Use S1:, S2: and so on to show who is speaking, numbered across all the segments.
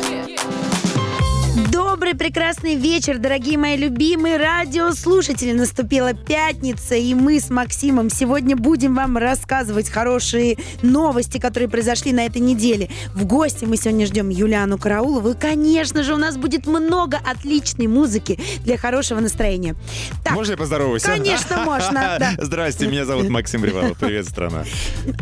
S1: Добрый прекрасный вечер, дорогие мои любимые радиослушатели. Наступила пятница, и мы с Максимом сегодня будем вам рассказывать хорошие новости, которые произошли на этой неделе. В гости мы сегодня ждем Юлиану Караулову. И, конечно же, у нас будет много отличной музыки для хорошего настроения. Так, ну,
S2: Можно я поздороваюсь?
S1: Конечно, можно, да.
S2: Здрасте, меня зовут Максим Привалов. Привет, страна.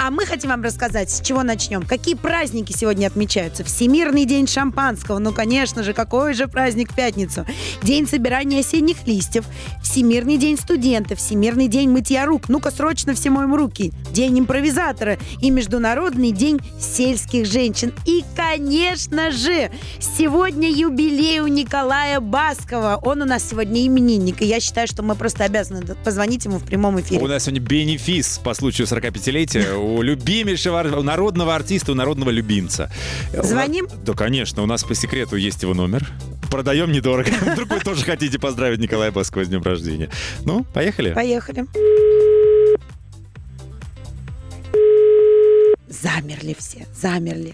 S1: А мы хотим вам рассказать, с чего начнем. Какие праздники сегодня отмечаются? Всемирный день шампанского. Ну, конечно же, какой же праздник в пятницу? День собирания осенних листьев. Всемирный день студента. Всемирный день мытья рук. Ну-ка, срочно все моем руки. День импровизатора. И Международный день сельских женщин. И, конечно же, сегодня юбилей у Николая Баскова. Он у нас сегодня именинник. И я считаю, что мы просто обязаны позвонить ему в прямом эфире.
S2: У нас сегодня бенефис по случаю 45-летия у любимейшего, ар- у народного артиста, у народного любимца.
S1: Звоним?
S2: У нас- Да, конечно. У нас по секрету есть его номер. Продаем недорого. Вдруг вы тоже хотите поздравить Николая Баскова с днем рождения. Ну, поехали.
S1: Поехали. Замерли все, замерли.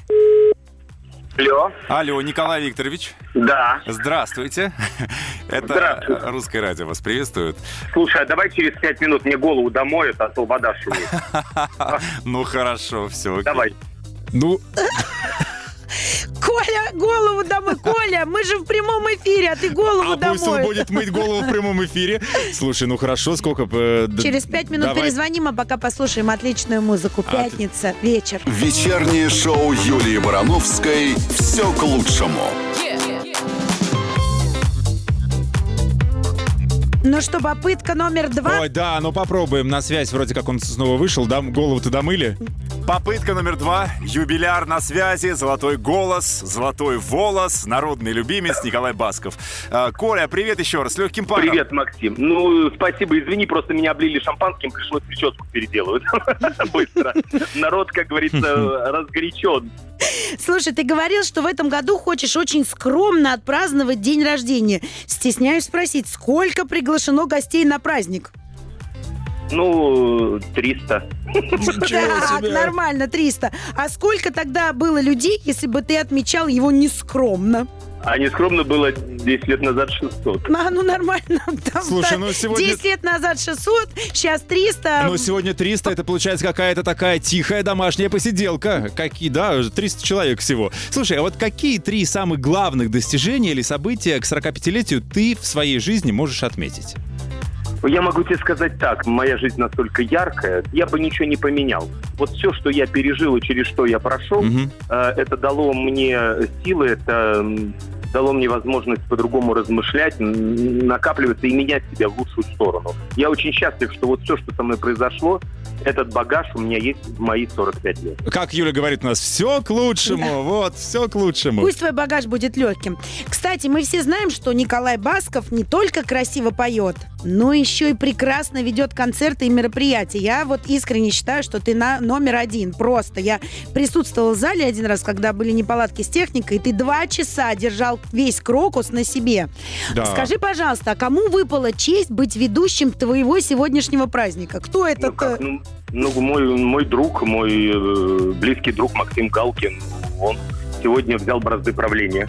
S3: Алло.
S2: Алло, Николай Викторович.
S3: Да.
S2: Здравствуйте. Это
S3: Здравствуйте.
S2: Русское радио вас приветствует.
S3: Слушай, а давай через пять минут мне голову домоют, а то вода шумит.
S2: Ну, хорошо, все.
S3: Давай.
S2: Ну,
S1: Коля, голову домой. Коля, мы же в прямом эфире, а ты голову
S2: А пусть он
S1: домой.
S2: будет мыть голову в прямом эфире. Слушай, ну хорошо, сколько... э, д-
S1: Через пять минут
S2: давай.
S1: перезвоним, а пока послушаем отличную музыку.
S2: ты-
S1: Пятница, вечер.
S4: Вечернее шоу Юлии Барановской все к лучшему.
S1: Ну что, попытка номер два.
S2: Ой, да, ну попробуем на связь. Вроде как он снова вышел, да, голову-то домыли.
S5: Попытка номер два. Юбиляр на связи, золотой голос, золотой волос, народный любимец Николай Басков. Э, Коля, привет еще раз, с легким паром.
S3: Привет, Максим. Ну, спасибо, извини, просто меня облили шампанским, пришлось прическу переделывать. Быстро. Народ, как говорится, разгорячен.
S1: Слушай, ты говорил, что в этом году хочешь очень скромно отпраздновать день рождения. Стесняюсь спросить, сколько приглашено гостей на праздник?
S3: Ну, 300.
S1: так, нормально, 300. А сколько тогда было людей, если бы ты отмечал его нескромно?
S3: А нескромно было 10 лет назад 600.
S1: А, ну нормально. Там,
S2: Слушай,
S1: да,
S2: ну сегодня- Ну,
S1: 10 лет назад 600, сейчас 300.
S2: Но сегодня 300, это получается какая-то такая тихая домашняя посиделка. Какие, да, 300 человек всего. Слушай, а вот какие три самых главных достижения или события к 45-летию ты в своей жизни можешь отметить?
S3: Я могу тебе сказать так, моя жизнь настолько яркая, я бы ничего не поменял. Вот все, что я пережил и через что я
S1: Ну.
S3: прошел,
S2: Мгм.
S3: Э, Это дало мне силы, это м, дало мне возможность по-другому размышлять, м, накапливаться и менять себя в лучшую сторону. Я очень счастлив, что вот все, что со мной произошло, этот багаж у меня есть в мои 45 лет.
S2: Как Юля говорит у нас, все к лучшему, вот, все к лучшему.
S1: Пусть твой багаж будет легким. Кстати, мы все знаем, что Николай Басков не только красиво поет, но еще и прекрасно ведет концерты и мероприятия. Я вот искренне считаю, что ты на номер один. Просто я присутствовала в зале один раз, когда были неполадки с техникой, и ты два часа держал весь крокус на себе.
S2: Да.
S1: Скажи, пожалуйста, а кому выпала честь быть ведущим твоего сегодняшнего праздника? Кто
S3: Ну,
S1: этот?
S3: как,
S1: э,
S3: ну, ну, мой, мой друг, мой э, близкий друг Максим Галкин, он сегодня взял бразды правления.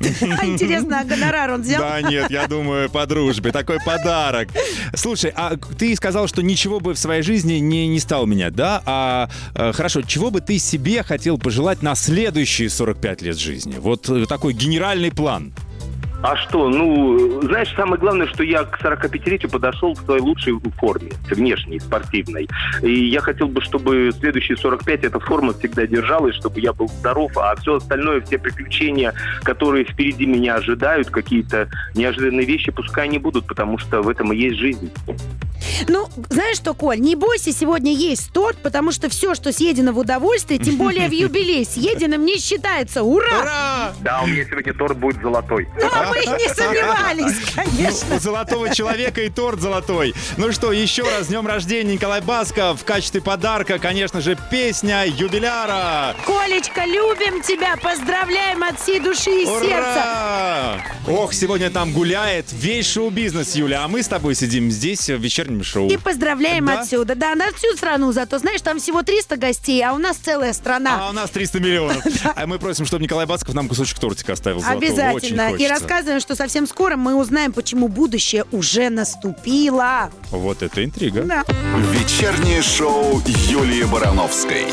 S1: Интересно, а гонорар он взял?
S2: Да нет, я думаю, по дружбе. Такой подарок. Слушай, а ты сказал, что ничего бы в своей жизни не, не стал менять, да? А э, хорошо, чего бы ты себе хотел пожелать на следующие 45 лет жизни? Вот э, такой генеральный план.
S3: А что, ну, знаешь, самое главное, что я к 45-летию подошел в той лучшей форме, внешней, спортивной. И я хотел бы, чтобы следующие 45 эта форма всегда держалась, чтобы я был здоров, а все остальное, все приключения, которые впереди меня ожидают, какие-то неожиданные вещи, пускай не будут, потому что в этом и есть жизнь.
S1: Ну, знаешь что, Коль, не бойся, сегодня есть торт, потому что все, что съедено в удовольствие, тем более в юбилей, съеденным не считается. Ура!
S3: Да, у меня сегодня торт будет золотой.
S1: Ну, а мы и не сомневались, конечно.
S2: Ну, У золотого человека и торт золотой. Ну что, еще раз с днем рождения, Николай Басков. В качестве подарка, конечно же, песня юбиляра.
S1: Колечка, любим тебя, поздравляем от всей души и сердца.
S2: Ура! Ох, сегодня там гуляет весь шоу-бизнес, Юля, а мы с тобой сидим здесь в вечернем Поздравим шоу.
S1: И поздравляем
S2: Да?
S1: отсюда. Да, на всю страну зато. Знаешь, там всего 300 гостей, а у нас целая
S2: А
S1: страна.
S2: у нас 300 миллионов. А мы просим, чтобы Николай Басков нам кусочек тортика оставил. золотого.
S1: Обязательно.
S2: Очень
S1: И
S2: хочется.
S1: рассказываем, что совсем скоро мы узнаем, почему будущее уже наступило.
S2: Вот это интрига.
S1: Да.
S4: Вечернее шоу Юлии Барановской.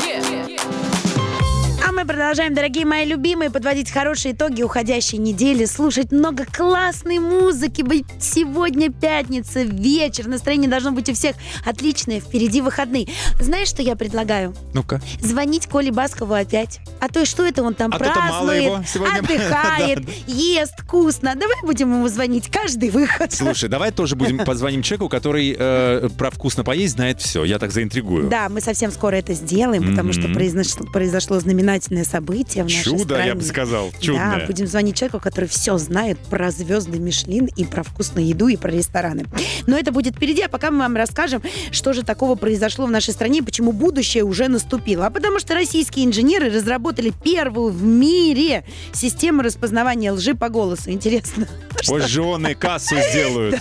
S1: А мы продолжаем, дорогие мои любимые, подводить хорошие итоги уходящей недели, слушать много классной музыки. Быть сегодня пятница, вечер. Настроение должно быть у всех отличное. Впереди выходные. Знаешь, что я предлагаю?
S2: Ну-ка.
S1: Звонить Коле Баскову опять. А то и что это он там
S2: А то-то мало его
S1: празднует,
S2: сегодня.
S1: отдыхает, ест вкусно. Давай будем ему звонить каждый выход.
S2: Слушай, давай тоже будем позвоним человеку, который э, про вкусно поесть знает все. Я так заинтригую.
S1: Да, мы совсем скоро это сделаем, потому что
S2: Мгм.
S1: произошло, произошло знаменательное событие в нашей
S2: Чудо,
S1: стране.
S2: я бы сказал.
S1: Да,
S2: Чудное.
S1: будем звонить человеку, который все знает про звезды Мишлин и про вкусную еду и про рестораны. Но это будет впереди, а пока мы вам расскажем, что же такого произошло в нашей стране и почему будущее уже наступило. А потому что российские инженеры разработали первую в мире систему распознавания лжи по голосу. Интересно,
S2: Ой, жены кассу сделают.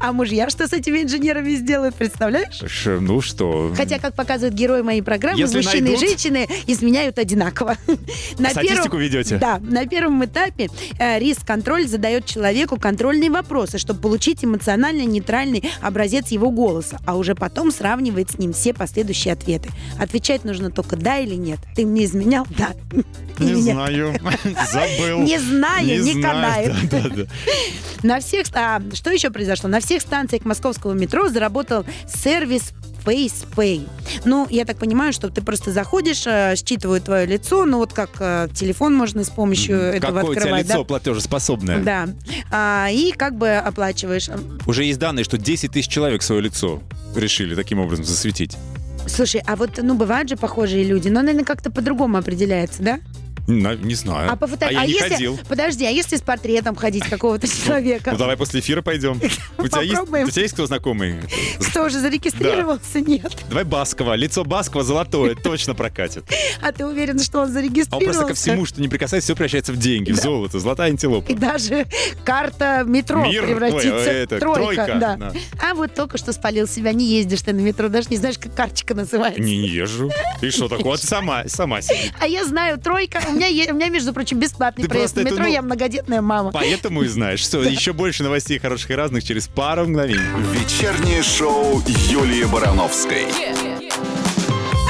S1: а мужья что с этими инженерами сделают, представляешь?
S2: Ш- Ну что?
S1: Хотя, как показывают герои моей программы,
S2: Если
S1: мужчины
S2: найдут-
S1: и женщины изменяют одинаково. На
S2: Статистику ведете?
S1: Да. На первом этапе э, риск-контроль задает человеку контрольные вопросы, чтобы получить эмоционально нейтральный образец его голоса, а уже потом сравнивает с ним все последующие ответы. Отвечать нужно только да или нет. Ты мне изменял? Да. Или нет?
S2: знаю. Забыл.
S1: Не знаю, не
S2: знаю.
S1: канает.
S2: Да, да, да.
S1: На всех, а, что еще произошло? На всех станциях московского метро заработал сервис FacePay. Ну, я так понимаю, что ты просто заходишь, э, считывают твое лицо, ну вот как э, телефон можно с помощью этого
S2: Какое у тебя
S1: открывать,
S2: лицо
S1: да?
S2: платежеспособное?
S1: Да. А, и как бы оплачиваешь.
S2: Уже есть данные, что 10 тысяч человек свое лицо решили таким образом засветить.
S1: Слушай, а вот, ну, бывают же похожие люди, но, наверное, как-то по-другому определяется, да?
S2: На- Не знаю.
S1: А по фото...
S2: я не
S1: если...
S2: ходил.
S1: Подожди, а если с портретом ходить какого-то человека?
S2: Ну давай после эфира пойдем. У тебя есть,
S1: Попробуем.
S2: у тебя есть кто знакомый?
S1: Кто уже зарегистрировался? Нет.
S2: Давай Баскова. Лицо Баскова золотое, точно прокатит.
S1: А ты уверен, что он
S2: А он
S1: зарегистрировался?
S2: просто ко всему, что не прикасается, все превращается в деньги, в золото, золотая антилопа.
S1: И даже карта метро
S2: Мир,
S1: превратится
S2: ой, это,
S1: в тройка.
S2: тройка,
S1: да.
S2: да.
S1: А вот только что спалил себя, не ездишь ты на метро, даже не знаешь, как карточка называется.
S2: Не езжу. И что такое? Ты сама, сама сидит.
S1: А я знаю, тройка. У меня, е- у меня между прочим, бесплатный
S2: Ты
S1: проезд
S2: просто
S1: на
S2: это,
S1: метро,
S2: ну,
S1: я многодетная мама.
S2: Поэтому и знаешь. Все, еще больше новостей хороших и разных через пару мгновений.
S4: Вечернее шоу Юлии Барановской.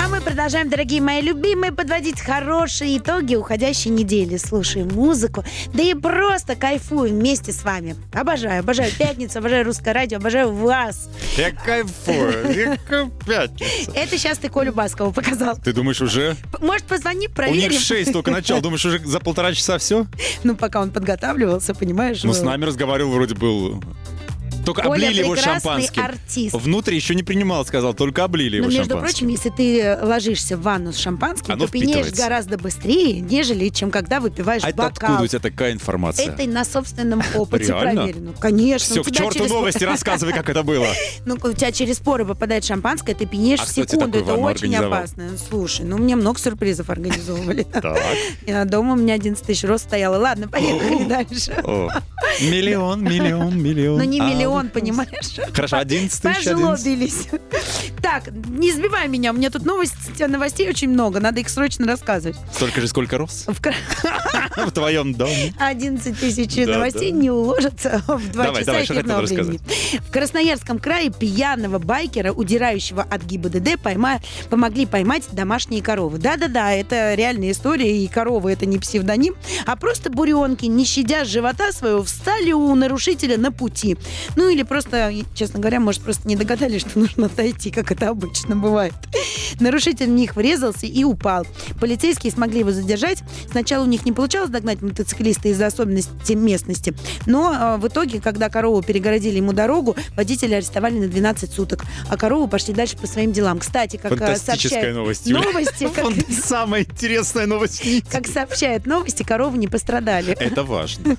S1: А мы продолжаем, дорогие мои любимые, подводить хорошие итоги уходящей недели. Слушаем музыку, да и просто кайфуем вместе с вами. Обожаю, обожаю пятницу, обожаю русское радио, обожаю вас.
S2: Я кайфую. Я кайф- пятница.
S1: Это сейчас ты Колю Баскову показал.
S2: Ты думаешь, уже?
S1: П- Может, позвони,
S2: У
S1: проверим.
S2: них 6 только начало. Думаешь, уже за полтора часа все?
S1: Ну, пока он подготавливался, понимаешь?
S2: Ну,
S1: э,
S2: с нами разговаривал вроде был. Только
S1: Коля
S2: облили его
S1: прекрасный
S2: шампанским.
S1: артист.
S2: Внутрь еще не принимал, сказал, только облили
S1: Но,
S2: его
S1: между
S2: шампанским.
S1: прочим, если ты э, ложишься в ванну с шампанским,
S2: Оно
S1: то пьянеешь
S2: впитывается.
S1: гораздо быстрее, нежели чем когда выпиваешь
S2: А это
S1: бокал.
S2: откуда у тебя такая информация?
S1: Это и на собственном опыте
S2: Реально?
S1: проверено. Конечно.
S2: Все,
S1: у
S2: к
S1: тебя
S2: черту
S1: через по-
S2: новости, рассказывай, как это было.
S1: Ну, у тебя через поры попадает шампанское, ты пьянеешь
S2: А
S1: в
S2: кто тебе
S1: секунду.
S2: такую
S1: Это
S2: ванну
S1: очень
S2: организовал?
S1: опасно. Ну, Слушай, ну мне много сюрпризов организовывали.
S2: Так.
S1: Я Дома у меня 11 тысяч рост стояло. Ладно, поехали дальше.
S2: О. Миллион, миллион, миллион.
S1: Ну не
S2: А,
S1: миллион, понимаешь?
S2: Хорошо, 11 тысяч, 11.
S1: Пожлобились. Так, не сбивай меня, у меня тут новости, новостей очень много, надо их срочно рассказывать.
S2: Столько же, сколько рос
S1: В кра-
S2: в твоем доме.
S1: 11 тысяч
S2: Да,
S1: новостей
S2: да.
S1: не уложатся в 2
S2: Давай,
S1: часа
S2: давай, что
S1: эфирного
S2: хотел
S1: времени. В Красноярском крае пьяного байкера, удирающего от ГИБДД, пойма- помогли поймать домашние коровы. Да-да-да, это реальная история, и коровы это не псевдоним, а просто буренки, не щадя живота своего, встали у нарушителя на пути. Ну или просто, и, честно говоря, может, просто не догадались, что нужно отойти, как это обычно бывает. Нарушитель в них врезался и упал. Полицейские смогли его задержать. Сначала у них не получалось догнать мотоциклиста из-за особенностей местности. Но э, в итоге, когда корову перегородили ему дорогу, водителя арестовали на 12 суток. А корову пошли дальше по своим делам. Кстати, как э,
S2: Фантастическая
S1: сообщает...
S2: новость, Юля.
S1: Новости, как,
S2: Вот Самая интересная новость.
S1: как сообщают новости, коровы не пострадали.
S2: Это важно.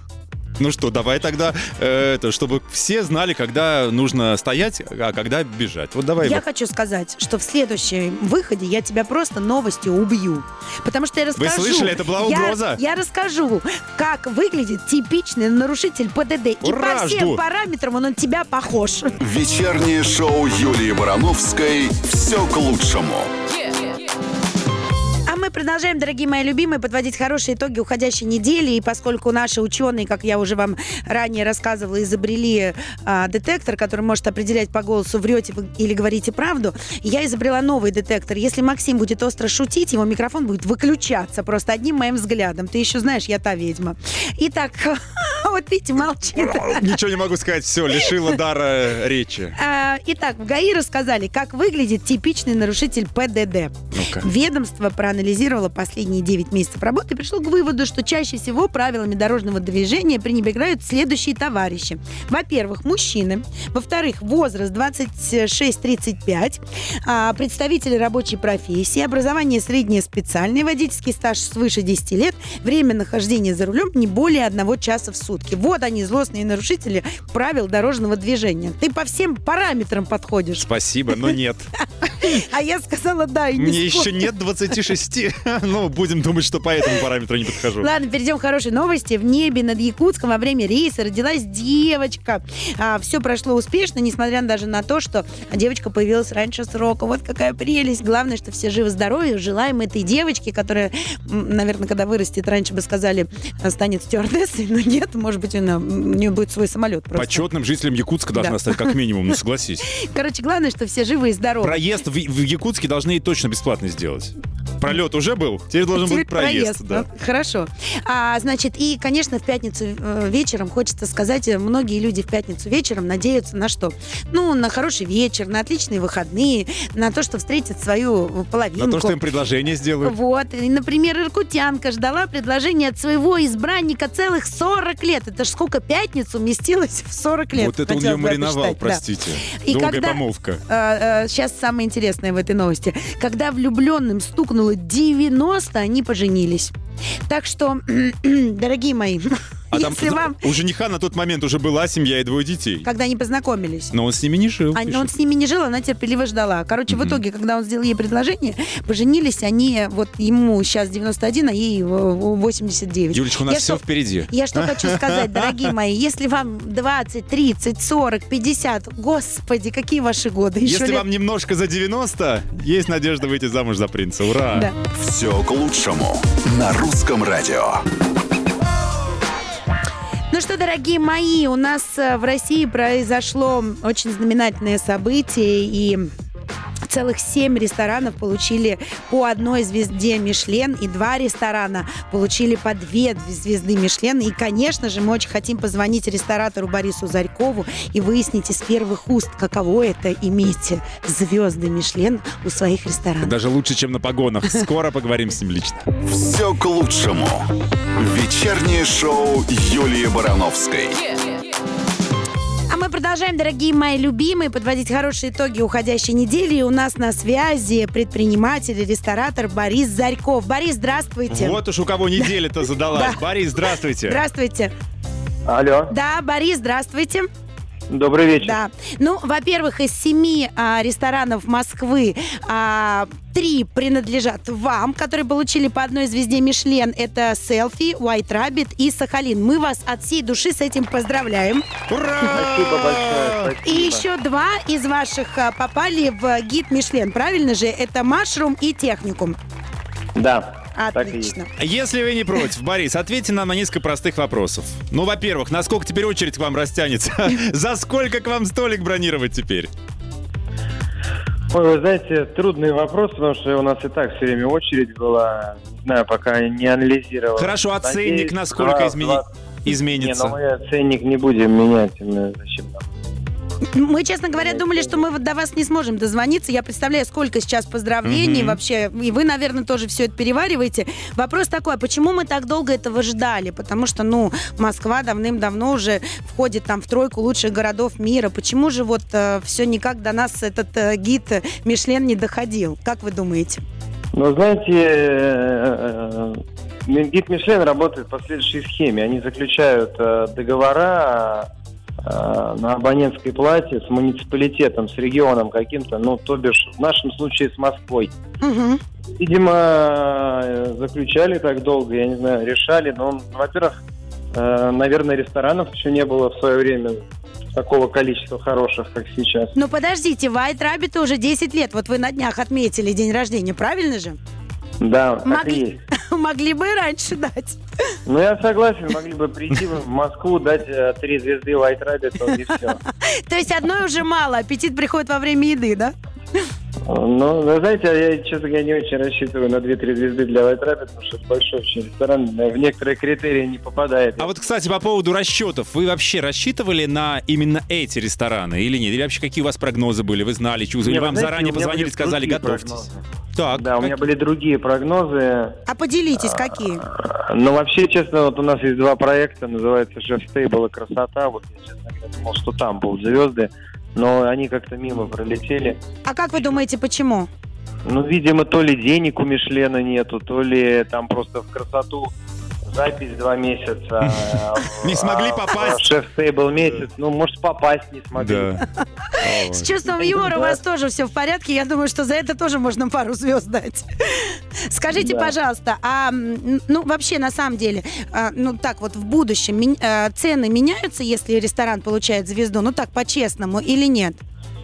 S2: Ну что, давай тогда, э, это, чтобы все знали, когда нужно стоять, а когда бежать. Вот давай.
S1: Я
S2: вот.
S1: хочу сказать, что в следующем выходе я тебя просто новостью убью. Потому что я
S2: Вы
S1: расскажу...
S2: слышали? Это была
S1: я-
S2: угроза.
S1: Я, расскажу, как выглядит типичный нарушитель ПДД. И
S2: Ура,
S1: по всем
S2: жду.
S1: параметрам он на тебя похож.
S4: Вечернее шоу Юлии Барановской «Все к лучшему».
S1: А мы продолжаем, дорогие мои любимые, подводить хорошие итоги уходящей недели. И поскольку наши ученые, как я уже вам ранее рассказывала, изобрели а, детектор, который может определять по голосу, врете вы или говорите правду, я изобрела новый детектор. Если Максим будет остро шутить, его микрофон будет выключаться просто одним моим взглядом. Ты еще знаешь, я та ведьма. Итак, вот видите, молчит.
S2: Ничего не могу сказать, все, лишила дара э, речи.
S1: А, Итак, в ГАИ рассказали, как выглядит типичный нарушитель ПДД.
S2: Ну-ка.
S1: Ведомство проанализировало последние 9 месяцев работы и пришло к выводу, что чаще всего правилами дорожного движения пренебрегают следующие товарищи. Во-первых, мужчины. Во-вторых, возраст 26-35. а, Представители рабочей профессии, образование среднее специальное, водительский стаж свыше 10 лет, время нахождения за рулем не более одного часа в сутки. Вот они, злостные нарушители правил дорожного движения. Ты по всем параметрам подходишь.
S2: Спасибо, но нет.
S1: А я сказала да и не
S2: Мне
S1: спорю.
S2: еще нет 26. Ну, будем думать, что по этому параметру не подхожу.
S1: Ладно, перейдем к хорошей новости. В небе над Якутском во время рейса родилась девочка. все прошло успешно, несмотря даже на то, что девочка появилась раньше срока. Вот какая прелесть. Главное, что все живы-здоровы. Желаем этой девочке, которая, наверное, когда вырастет, раньше бы сказали, а, станет стюардессой, но нет, может быть, она, м, у нее будет свой самолет просто.
S2: Почетным жителям Якутска должна
S1: Да.
S2: стать как минимум, ну согласись.
S1: Короче, главное, что все живы и здоровы.
S2: Проезд в, в Якутске должны точно бесплатно сделать. Пролет уже был, теперь должен
S1: Теперь
S2: быть проезд. да.
S1: вот, ну, Хорошо. А, значит, и, конечно, в пятницу э, вечером, хочется сказать, э, многие люди в пятницу вечером надеются на что? Ну, на хороший вечер, на отличные выходные, на то, что встретят свою половинку.
S2: На то, что им предложение сделают.
S1: Вот. И, например, иркутянка ждала предложение от своего избранника целых 40 лет. Это ж сколько пятниц уместилось в 40 лет.
S2: Вот это он
S1: Хотела
S2: ее
S1: бы
S2: мариновал,
S1: посчитать, да.
S2: простите.
S1: И
S2: Долгая
S1: когда-
S2: помолвка.
S1: А, Сейчас самое интересное в этой новости. Когда влюбленным стукнуло 90, они поженились. Так что, дорогие мои,
S2: А там
S1: если вам,
S2: у жениха на тот момент уже была семья и двое детей.
S1: когда они познакомились,
S2: Но он с ними не жил.
S1: а
S2: пишет.
S1: он с ними не жил, она терпеливо ждала. Короче, в
S2: Мгм.
S1: итоге, когда он сделал ей предложение, поженились они, вот ему сейчас 91, а ей э, 89.
S2: Юлечка, у нас
S1: Я
S2: все
S1: что-
S2: впереди.
S1: Я что хочу сказать, дорогие мои, если вам 20, 30, 40, 50, господи, какие ваши годы, еще
S2: Если
S1: лет
S2: вам немножко за 90, есть надежда выйти замуж за принца. Ура!
S1: Да.
S4: «Все к лучшему» на русском радио.
S1: Ну что, дорогие мои, у нас э, в России произошло очень знаменательное событие и целых семь ресторанов получили по одной звезде Мишлен, и два ресторана получили по две звезды Мишлен. И, конечно же, мы очень хотим позвонить ресторатору Борису Зарькову и выяснить из первых уст, каково это иметь звезды Мишлен у своих ресторанов.
S2: Даже лучше, чем на погонах. Скоро поговорим с ним лично.
S4: «Все к лучшему». Вечернее шоу Юлии Барановской.
S1: А мы продолжаем, дорогие мои любимые, подводить хорошие итоги уходящей недели. И у нас на связи предприниматель и ресторатор Борис Зарьков. Борис, здравствуйте.
S2: Вот уж у кого неделя-то задалась.
S1: Да.
S2: Борис, здравствуйте.
S1: Здравствуйте.
S3: Алло,
S1: Да, Борис, здравствуйте.
S3: добрый вечер.
S1: Да. Ну, во-первых, из семи а, ресторанов Москвы а, три принадлежат вам, которые получили по одной звезде Мишлен. Это Селфи, White Rabbit и Сахалин. Мы вас от всей души с этим поздравляем.
S3: Спасибо большое,
S2: Ура!
S3: спасибо.
S1: И еще два из ваших а, попали в а, гид Мишлен, правильно же? Это Машрум и Техникум.
S3: Да, так и есть.
S1: Отлично.
S2: Если вы не против, Борис, ответьте нам на несколько простых вопросов. Ну, во-первых, насколько теперь очередь к вам растянется? За сколько к вам столик бронировать теперь?
S6: Ой, вы знаете, трудный вопрос, потому что у нас и так все время очередь была. Не знаю, пока не анализировал.
S2: Хорошо, а ценник
S6: Э, Надеюсь,
S2: насколько
S6: два-
S2: измени-
S6: два- Не,
S2: изменится?
S6: но мы ценник не будем менять. мы Зачем нам?
S1: Мы, честно
S3: Ну,
S1: говоря, думали, что мы вот до вас не сможем дозвониться. Я представляю, сколько сейчас поздравлений
S2: Мгм.
S1: вообще. И вы, наверное, тоже все это перевариваете. Вопрос такой, а почему мы так долго этого ждали? Потому что, ну, Москва давным-давно уже входит там в тройку лучших городов мира. Почему же вот все никак до нас этот э, гид э, Мишлен не доходил? Как вы думаете?
S6: Но знаете, э, э, Гид Мишлен работает по следующей схеме. Они заключают э, договора э, на абонентской плате с муниципалитетом, с регионом каким-то, ну, то бишь, в нашем случае с Москвой.
S1: Мгм.
S6: Видимо, э, заключали так долго, я не знаю, решали, но, во-первых, э, наверное, ресторанов еще не было в свое время такого количества хороших, как сейчас.
S1: Но Ну, подождите, White Rabbit уже 10 лет. Вот вы на днях отметили день рождения, правильно же?
S6: Да, так
S1: Мак-
S6: и есть.
S1: Могли бы и раньше дать.
S6: Ну, я согласен, могли бы прийти в Москву, дать э, три звезды White Rabbit, и все.
S1: То есть одной уже мало, аппетит приходит во время еды, да?
S6: Ну, вы знаете, я, честно говоря, не очень рассчитываю на 2-3 звезды для White Rabbit, потому что это большой очень ресторан, в некоторые критерии не попадает.
S2: А вот, кстати, по поводу расчетов. Вы вообще рассчитывали на именно эти рестораны или нет? Или вообще какие у вас прогнозы были? Вы знали, чувствовали?
S6: Не,
S2: Или
S6: вы
S2: вам
S6: знаете,
S2: заранее
S6: у меня
S2: позвонили,
S6: были
S2: сказали,
S6: другие
S2: готовьтесь?
S6: прогнозы.
S2: Так, э,
S6: Да, у
S2: как-
S6: меня были другие прогнозы.
S1: А поделитесь, какие?
S6: А, Ну, вообще, честно, вот у нас есть два проекта, называется «Шеф Стейбл» и «Красота». Вот я, честно говоря, думал, что там будут звезды, но они как-то мимо пролетели.
S1: А как вы думаете, почему?
S6: Ну, видимо, то ли денег у Мишлена нету, то ли там просто в красоту запись два месяца. а,
S2: Не смогли
S6: а,
S2: попасть.
S6: а Шеф Стейбл месяц. Ну, может, попасть не смогли.
S2: Да.
S1: С чувством юмора у вас тоже все в порядке. Я думаю, что за это тоже можно пару звезд дать. Скажите,
S6: Да.
S1: пожалуйста, а м, ну вообще на самом деле, а, ну так вот в будущем мен- э, цены меняются, если ресторан получает звезду, ну так по-честному или нет?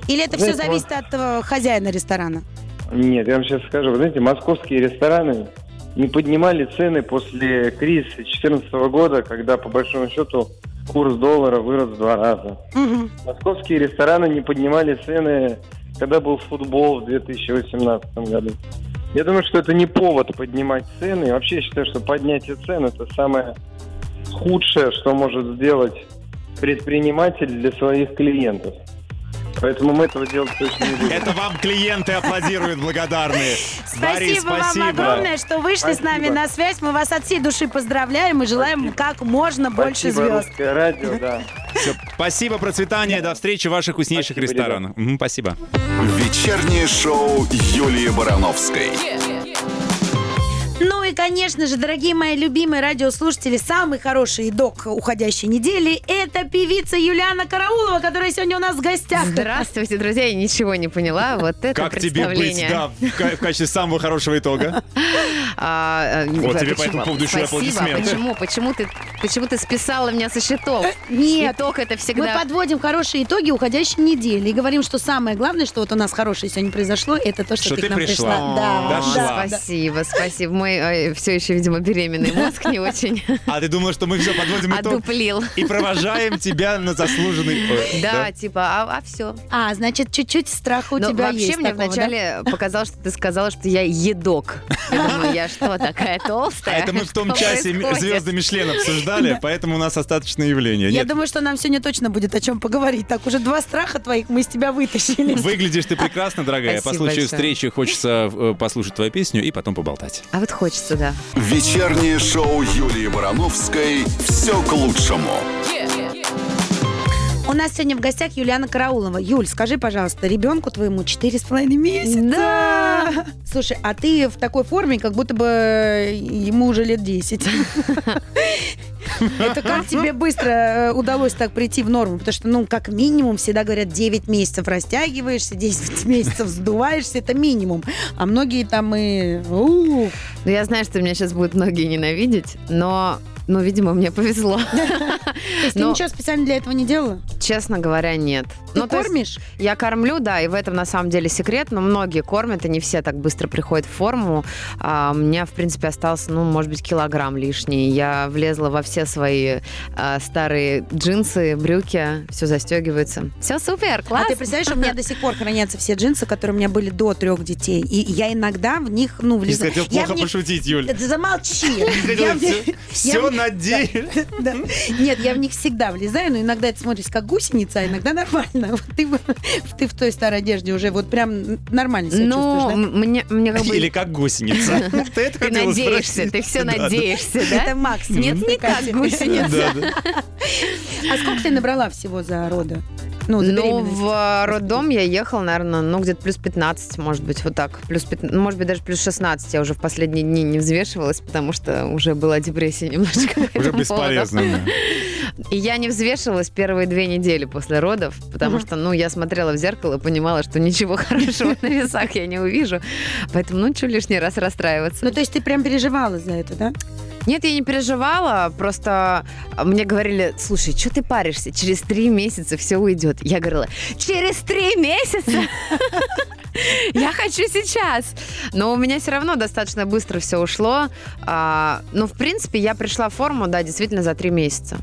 S1: Или это все
S6: Знаете,
S1: зависит от э, хозяина ресторана?
S6: Нет, я вам сейчас скажу. Вы знаете, московские рестораны не поднимали цены после кризиса 2014 года, когда, по большому счету, курс доллара вырос в два раза.
S1: Мгм.
S6: Московские рестораны не поднимали цены, когда был футбол в 2018 году. Я думаю, что это не повод поднимать цены. И вообще я считаю, что поднятие цен это самое худшее, что может сделать предприниматель для своих клиентов. Поэтому мы этого делать точно не будем.
S2: Это вам клиенты аплодируют благодарные. Борис,
S1: Спасибо, вам огромное, что вышли с нами
S6: Спасибо.
S1: на связь. Мы вас от всей души поздравляем и желаем как можно больше
S6: Спасибо,
S1: звезд.
S6: Русское радио, да.
S2: Всё, спасибо, процветания. До встречи в ваших вкуснейших
S6: Спасибо, ребят.
S2: ресторанах. Мгм, спасибо.
S4: Вечернее шоу Юлии Барановской.
S1: Ну и, конечно же, дорогие мои любимые радиослушатели, самый хороший итог уходящей недели – это певица Юлиана Караулова, которая сегодня у нас в гостях.
S7: Здравствуйте, друзья. Я ничего не поняла. Вот это
S2: Как тебе быть,
S7: представление.
S2: да, в, ка- в качестве самого хорошего итога?
S7: А, э,
S2: Вот
S7: да,
S2: тебе по
S7: почему?
S2: этому поводу еще и
S7: Спасибо.
S2: аплодисменты.
S7: Почему? Почему ты, почему ты списала меня со счетов?
S1: Э, Нет,
S7: Итог это
S1: мы
S7: всегда...
S1: подводим хорошие итоги уходящей недели и говорим, что самое главное, что вот у нас хорошее сегодня произошло, это то, что,
S2: Что
S1: к
S2: ты
S1: нам
S2: пришла.
S1: пришла. Да,
S2: Дошла.
S1: да, да.
S7: Спасибо, спасибо. Мой все еще, видимо, беременный мозг не очень
S2: А ты думала, что мы все подводим
S7: А
S2: итог
S7: одуплил.
S2: и провожаем тебя на заслуженный... э,
S7: Да, типа, а, все.
S1: А, значит, чуть-чуть страха у
S7: Но
S1: тебя
S7: Ну, вообще
S1: есть
S7: мне
S1: такого, да?
S7: вначале показалось, что ты сказала, что я едок. Я думаю, я что, такая
S2: А
S7: толстая?
S2: это мы в том
S7: Что
S2: часе м-
S7: происходит?
S2: звезды Мишлен обсуждали, поэтому у нас остаточное явление.
S1: Я
S2: Нет,
S1: думаю, что нам сегодня точно будет о чем поговорить. Так, уже два страха твоих мы из тебя вытащили.
S2: выглядишь ты прекрасно, дорогая. По
S7: Спасибо
S2: случаю
S7: большое.
S2: встречи хочется э, послушать твою песню и потом поболтать.
S7: А вот хочется, да.
S4: Вечернее шоу Юлии Барановской «Все к лучшему».
S1: У нас сегодня в гостях Юлиана Караулова. Юль, скажи, пожалуйста, ребенку твоему 4,5 месяца.
S7: Да!
S1: Слушай, а ты в такой форме, как будто бы ему уже лет 10. Это как тебе быстро э, удалось так прийти в норму? Потому что, ну, как минимум, всегда говорят, 9 месяцев растягиваешься, 10 месяцев сдуваешься, это минимум. А многие там и... ух.
S7: Ну, я знаю, что меня сейчас будут многие ненавидеть, но, ну, видимо, мне повезло.
S1: То есть ты
S7: Но-
S1: ничего специально для этого не делала?
S7: Честно говоря, нет.
S1: Ты
S7: Ну, то есть
S1: кормишь?
S7: Я кормлю, да, и в этом на самом деле секрет, но многие кормят, и не все так быстро приходят в форму. А, у меня, в принципе, остался, ну, может быть, килограмм лишний. Я влезла во все свои а, старые джинсы, брюки, все застегивается. Все супер, класс.
S1: А ты представляешь, у меня до сих пор хранятся все джинсы, которые у меня были до трех детей. И я иногда в них, ну,
S2: Не
S1: влезаю.
S2: хотел
S1: Я
S2: плохо
S1: в них-
S2: пошутить, Юль.
S1: Да Замолчи. Я
S2: Хотел
S1: в них-
S2: Все все надеюсь.
S1: да. Нет, я в них всегда влезаю, но иногда это смотришь как гусеница, а иногда нормально. Вот ты, в- ты в той старой одежде уже вот прям нормально себя
S7: Ну,
S1: чувствуешь,
S7: м- мне, мне как бы...
S2: Или как гусеница. Ты это
S7: ты
S2: хотела
S7: надеешься,
S2: спросить?
S7: ты все
S2: Да, да.
S7: надеешься,
S1: да?
S7: да?
S1: Это максимум.
S7: Нет, не как
S1: Катя.
S7: гусеница.
S2: Да, да.
S1: А сколько ты набрала всего за роды? Ну, за
S7: Ну,
S1: беременность.
S7: в э, роддом я ехала, наверное, ну, где-то плюс 15, может быть, вот так. Плюс 15, ну, может быть, даже плюс 16. Я уже в последние дни не взвешивалась, потому что уже была депрессия немножко. по
S2: Уже
S7: этому поводу.
S2: бесполезно.
S7: И я не взвешивалась первые две недели после родов, потому
S1: Мгм.
S7: что, ну, я смотрела в зеркало и понимала, что ничего хорошего на весах я не увижу. Поэтому, ну, что лишний раз расстраиваться.
S1: Ну, то есть ты прям переживала за это, да?
S7: Нет, я не переживала, просто мне говорили, слушай, что ты паришься, через три месяца все уйдет. Я говорила, через три месяца? Я хочу сейчас. Но у меня все равно достаточно быстро все ушло. А, ну, в принципе, я пришла в форму, да, действительно, за три месяца.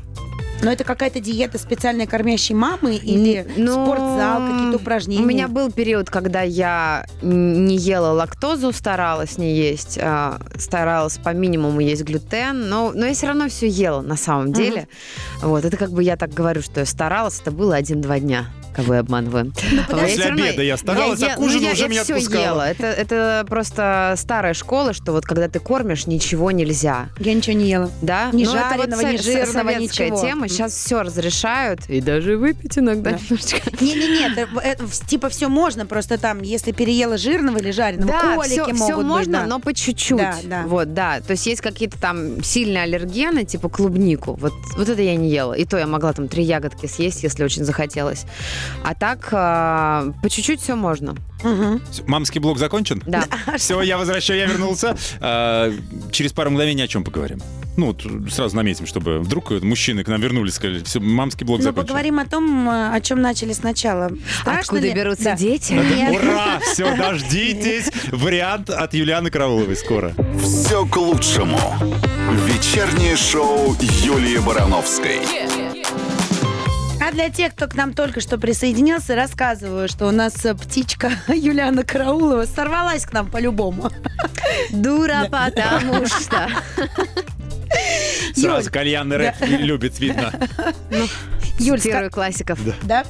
S1: Но это какая-то диета специальной кормящей мамы или
S7: Ну,
S1: спортзал, какие-то упражнения?
S7: У меня был период, когда я н- не ела лактозу, старалась не есть, а, старалась по минимуму есть глютен, но, но я все равно все ела на самом деле. Вот, это как бы я так говорю, что я старалась, это было один-два дня. Кого я обманываю. Вот,
S2: После
S7: всё равно-
S2: обеда я старалась, а
S7: е-
S2: к
S7: ну,
S2: ужину
S7: я-
S2: уже
S7: я
S2: меня
S7: всё
S2: отпускало.
S7: ела. Это, это просто старая школа, что вот когда ты кормишь, ничего нельзя.
S1: Я ничего не ела.
S7: Да?
S1: Ни
S7: Но это вот
S1: жареного, ни
S7: со-
S1: жирного,
S7: советская
S1: ничего.
S7: тема. Сейчас все разрешают. И даже выпить иногда
S1: Да.
S7: немножечко.
S1: Не-не-не, это- это в- типа все можно, просто там, если переела жирного или жареного, колики
S7: всё-
S1: Ну, могут
S7: всё
S1: быть,
S7: можно,
S1: да.
S7: но по чуть-чуть.
S1: Да, да.
S7: Вот, да. То есть есть какие-то там сильные аллергены, типа клубнику. Вот, вот это я не ела. И то я могла там три ягодки съесть, если очень захотелось. А так а, по чуть-чуть все можно.
S1: Мгм.
S2: Всё, Мамский блок закончен?
S7: Да.
S2: Все, я возвращаю, я вернулся. А, Через пару мгновений о чем поговорим? Ну, вот сразу наметим, чтобы вдруг мужчины к нам вернулись, сказали, все, мамский блок
S1: Ну,
S2: закончен.
S1: поговорим о том, э, о чем начали сначала. Страшно
S7: А Откуда
S1: ли?
S7: берутся
S1: Да.
S7: дети?
S1: Нет.
S2: Ура! Все, дождитесь. Вариант от Юлианы Карауловой скоро.
S4: Все к лучшему. Вечернее шоу Юлии Барановской.
S1: А для тех, кто к нам только что присоединился, рассказываю, что у нас э, птичка Юлиана Караулова сорвалась к нам по-любому.
S7: Дура, потому что.
S2: Сразу кальянный рэп любит, видно.
S1: Юль,
S7: Первый классиков.
S1: да?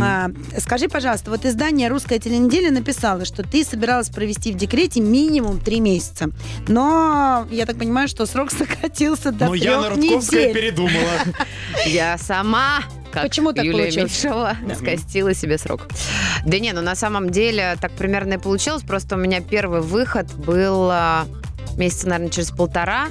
S1: А, скажи, пожалуйста, вот издание «Русская теленеделя» написало, что ты собиралась провести в декрете минимум три месяца. Но я так понимаю, что срок сократился до
S2: Но Яна
S1: трёх
S2: Рудковская
S1: недель.
S2: передумала.
S7: Я сама, как
S1: Почему так
S7: Юлия
S1: получилось?
S7: Меньшова, скостила себе срок. Да не, ну на самом деле так примерно и получилось. Просто у меня первый выход был а, месяца, наверное, через полтора,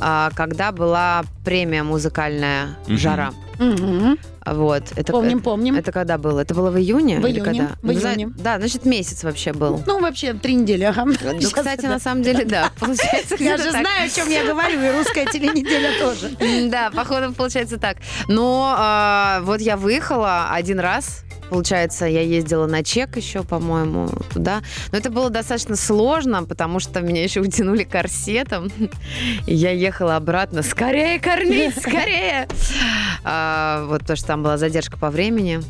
S7: а, когда была премия музыкальная
S2: Мгм.
S7: «Жара».
S1: Мгм.
S7: Вот. Это,
S1: Помним, помним.
S7: это, когда было? Это было в июне?
S1: В
S7: или
S1: июне,
S7: когда?
S1: в
S7: Ну, зна-
S1: июне.
S7: Да, значит, месяц вообще был.
S1: Ну, вообще, три недели, ага.
S7: э, Ну,
S1: Сейчас,
S7: кстати,
S1: да.
S7: на самом деле, да, получается
S1: Я
S7: где-то
S1: же
S7: так.
S1: знаю, о чем я говорю, и «Русская теленеделя» тоже.
S7: М, Да, походу получается так. Но а, вот я выехала один раз. Получается, я ездила на чек еще, по-моему, туда. Но это было достаточно сложно, потому что меня еще утянули корсетом. И я ехала обратно. Скорее кормить, скорее! А, вот потому что там была задержка по времени.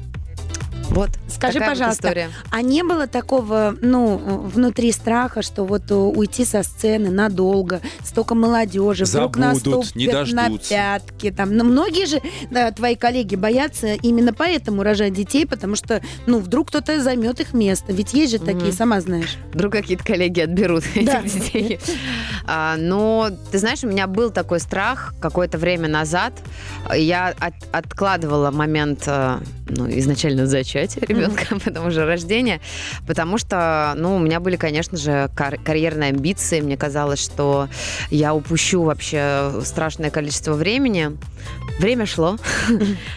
S7: Вот.
S1: Скажи,
S7: такая вот
S1: пожалуйста,
S7: история.
S1: а не было такого, ну, э, внутри страха, что вот э, уйти со сцены надолго, столько молодежи, вдруг
S2: Забудут,
S1: наступят
S2: не
S1: на
S2: дождутся.
S1: пятки, там, но многие же э, твои коллеги боятся именно поэтому рожать детей, потому что, ну, вдруг кто-то займет их место, ведь есть же
S7: Мгм.
S1: такие, сама знаешь.
S7: Вдруг какие-то коллеги отберут
S1: Да.
S7: этих детей. А, но, ты знаешь, у меня был такой страх какое-то время назад. Я от- откладывала момент э, ну, изначально зачатия ребенка, потом уже рождения, потому что, ну, у меня были, конечно же, кар- карьерные амбиции. Мне казалось, что я упущу вообще страшное количество времени. Время шло,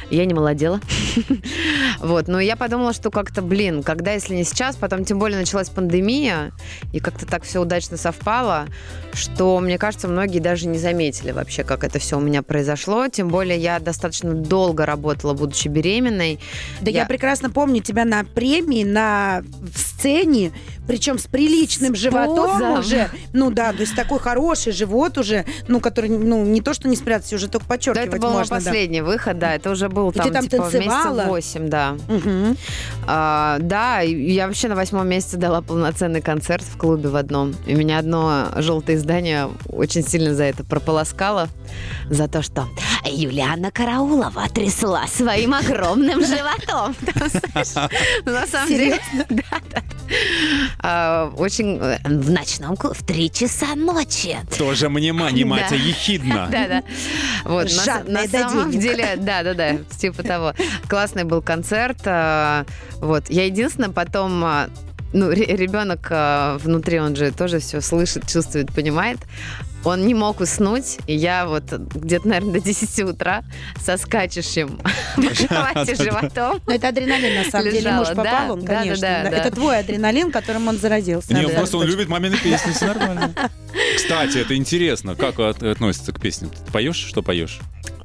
S7: я не молодела. Вот, но я подумала, что как-то, блин, когда, если не сейчас, потом тем более началась пандемия, и как-то так все удачно совпало, что, мне кажется, многие даже не заметили вообще, как это все у меня произошло. Тем более я достаточно долго работала, будучи беременной.
S1: Да я,
S7: Я-
S1: прекрасно помню тебя на премии, на в сцене, причем с приличным
S7: С
S1: животом
S7: пузом.
S1: уже. Ну да, то есть такой хороший живот уже, ну, который, ну, не то что не спрятаться, уже только
S7: Да,
S1: подчеркивать
S7: это был мой
S1: можно. да.
S7: последний выход, да, это уже был
S1: И ты
S7: там,
S1: там
S7: типа,
S1: танцевала?
S7: месяца 8, да.
S1: Мгм.
S7: А, да, и я вообще на восьмом месяце дала полноценный концерт в клубе в одном. И меня одно желтое издание очень сильно за это прополоскало. За то, что Юлиана Караулова трясла своим огромным животом. Там, знаешь, ну, На самом деле, да, да. А, Очень э, в ночном клубе в три часа ночи.
S2: Тоже мне мани, мать,
S7: Да.
S2: ехидно.
S7: Да, да. Вот, на-
S1: Жадная
S7: на,
S1: до
S7: самом
S1: денег.
S7: деле, да, да, да, типа того. Классный был концерт. а, Вот, я единственное потом, а, ну, ре- ребенок а, внутри, он же тоже все слышит, чувствует, понимает. Он не мог уснуть, и я вот где-то, наверное, до 10 утра со скачущим по кровати животом.
S1: Но Ну, это адреналин, на самом деле.
S7: Лежала,
S1: Муж попал,
S7: да,
S1: он,
S7: да, да,
S1: конечно.
S7: да, да.
S1: Это твой адреналин, которым он заразился.
S2: Не,
S1: Да,
S2: просто он
S1: точно.
S2: любит мамины песни, все нормально. Кстати, это интересно. Как от- относится к песням? Ты поешь, что поешь?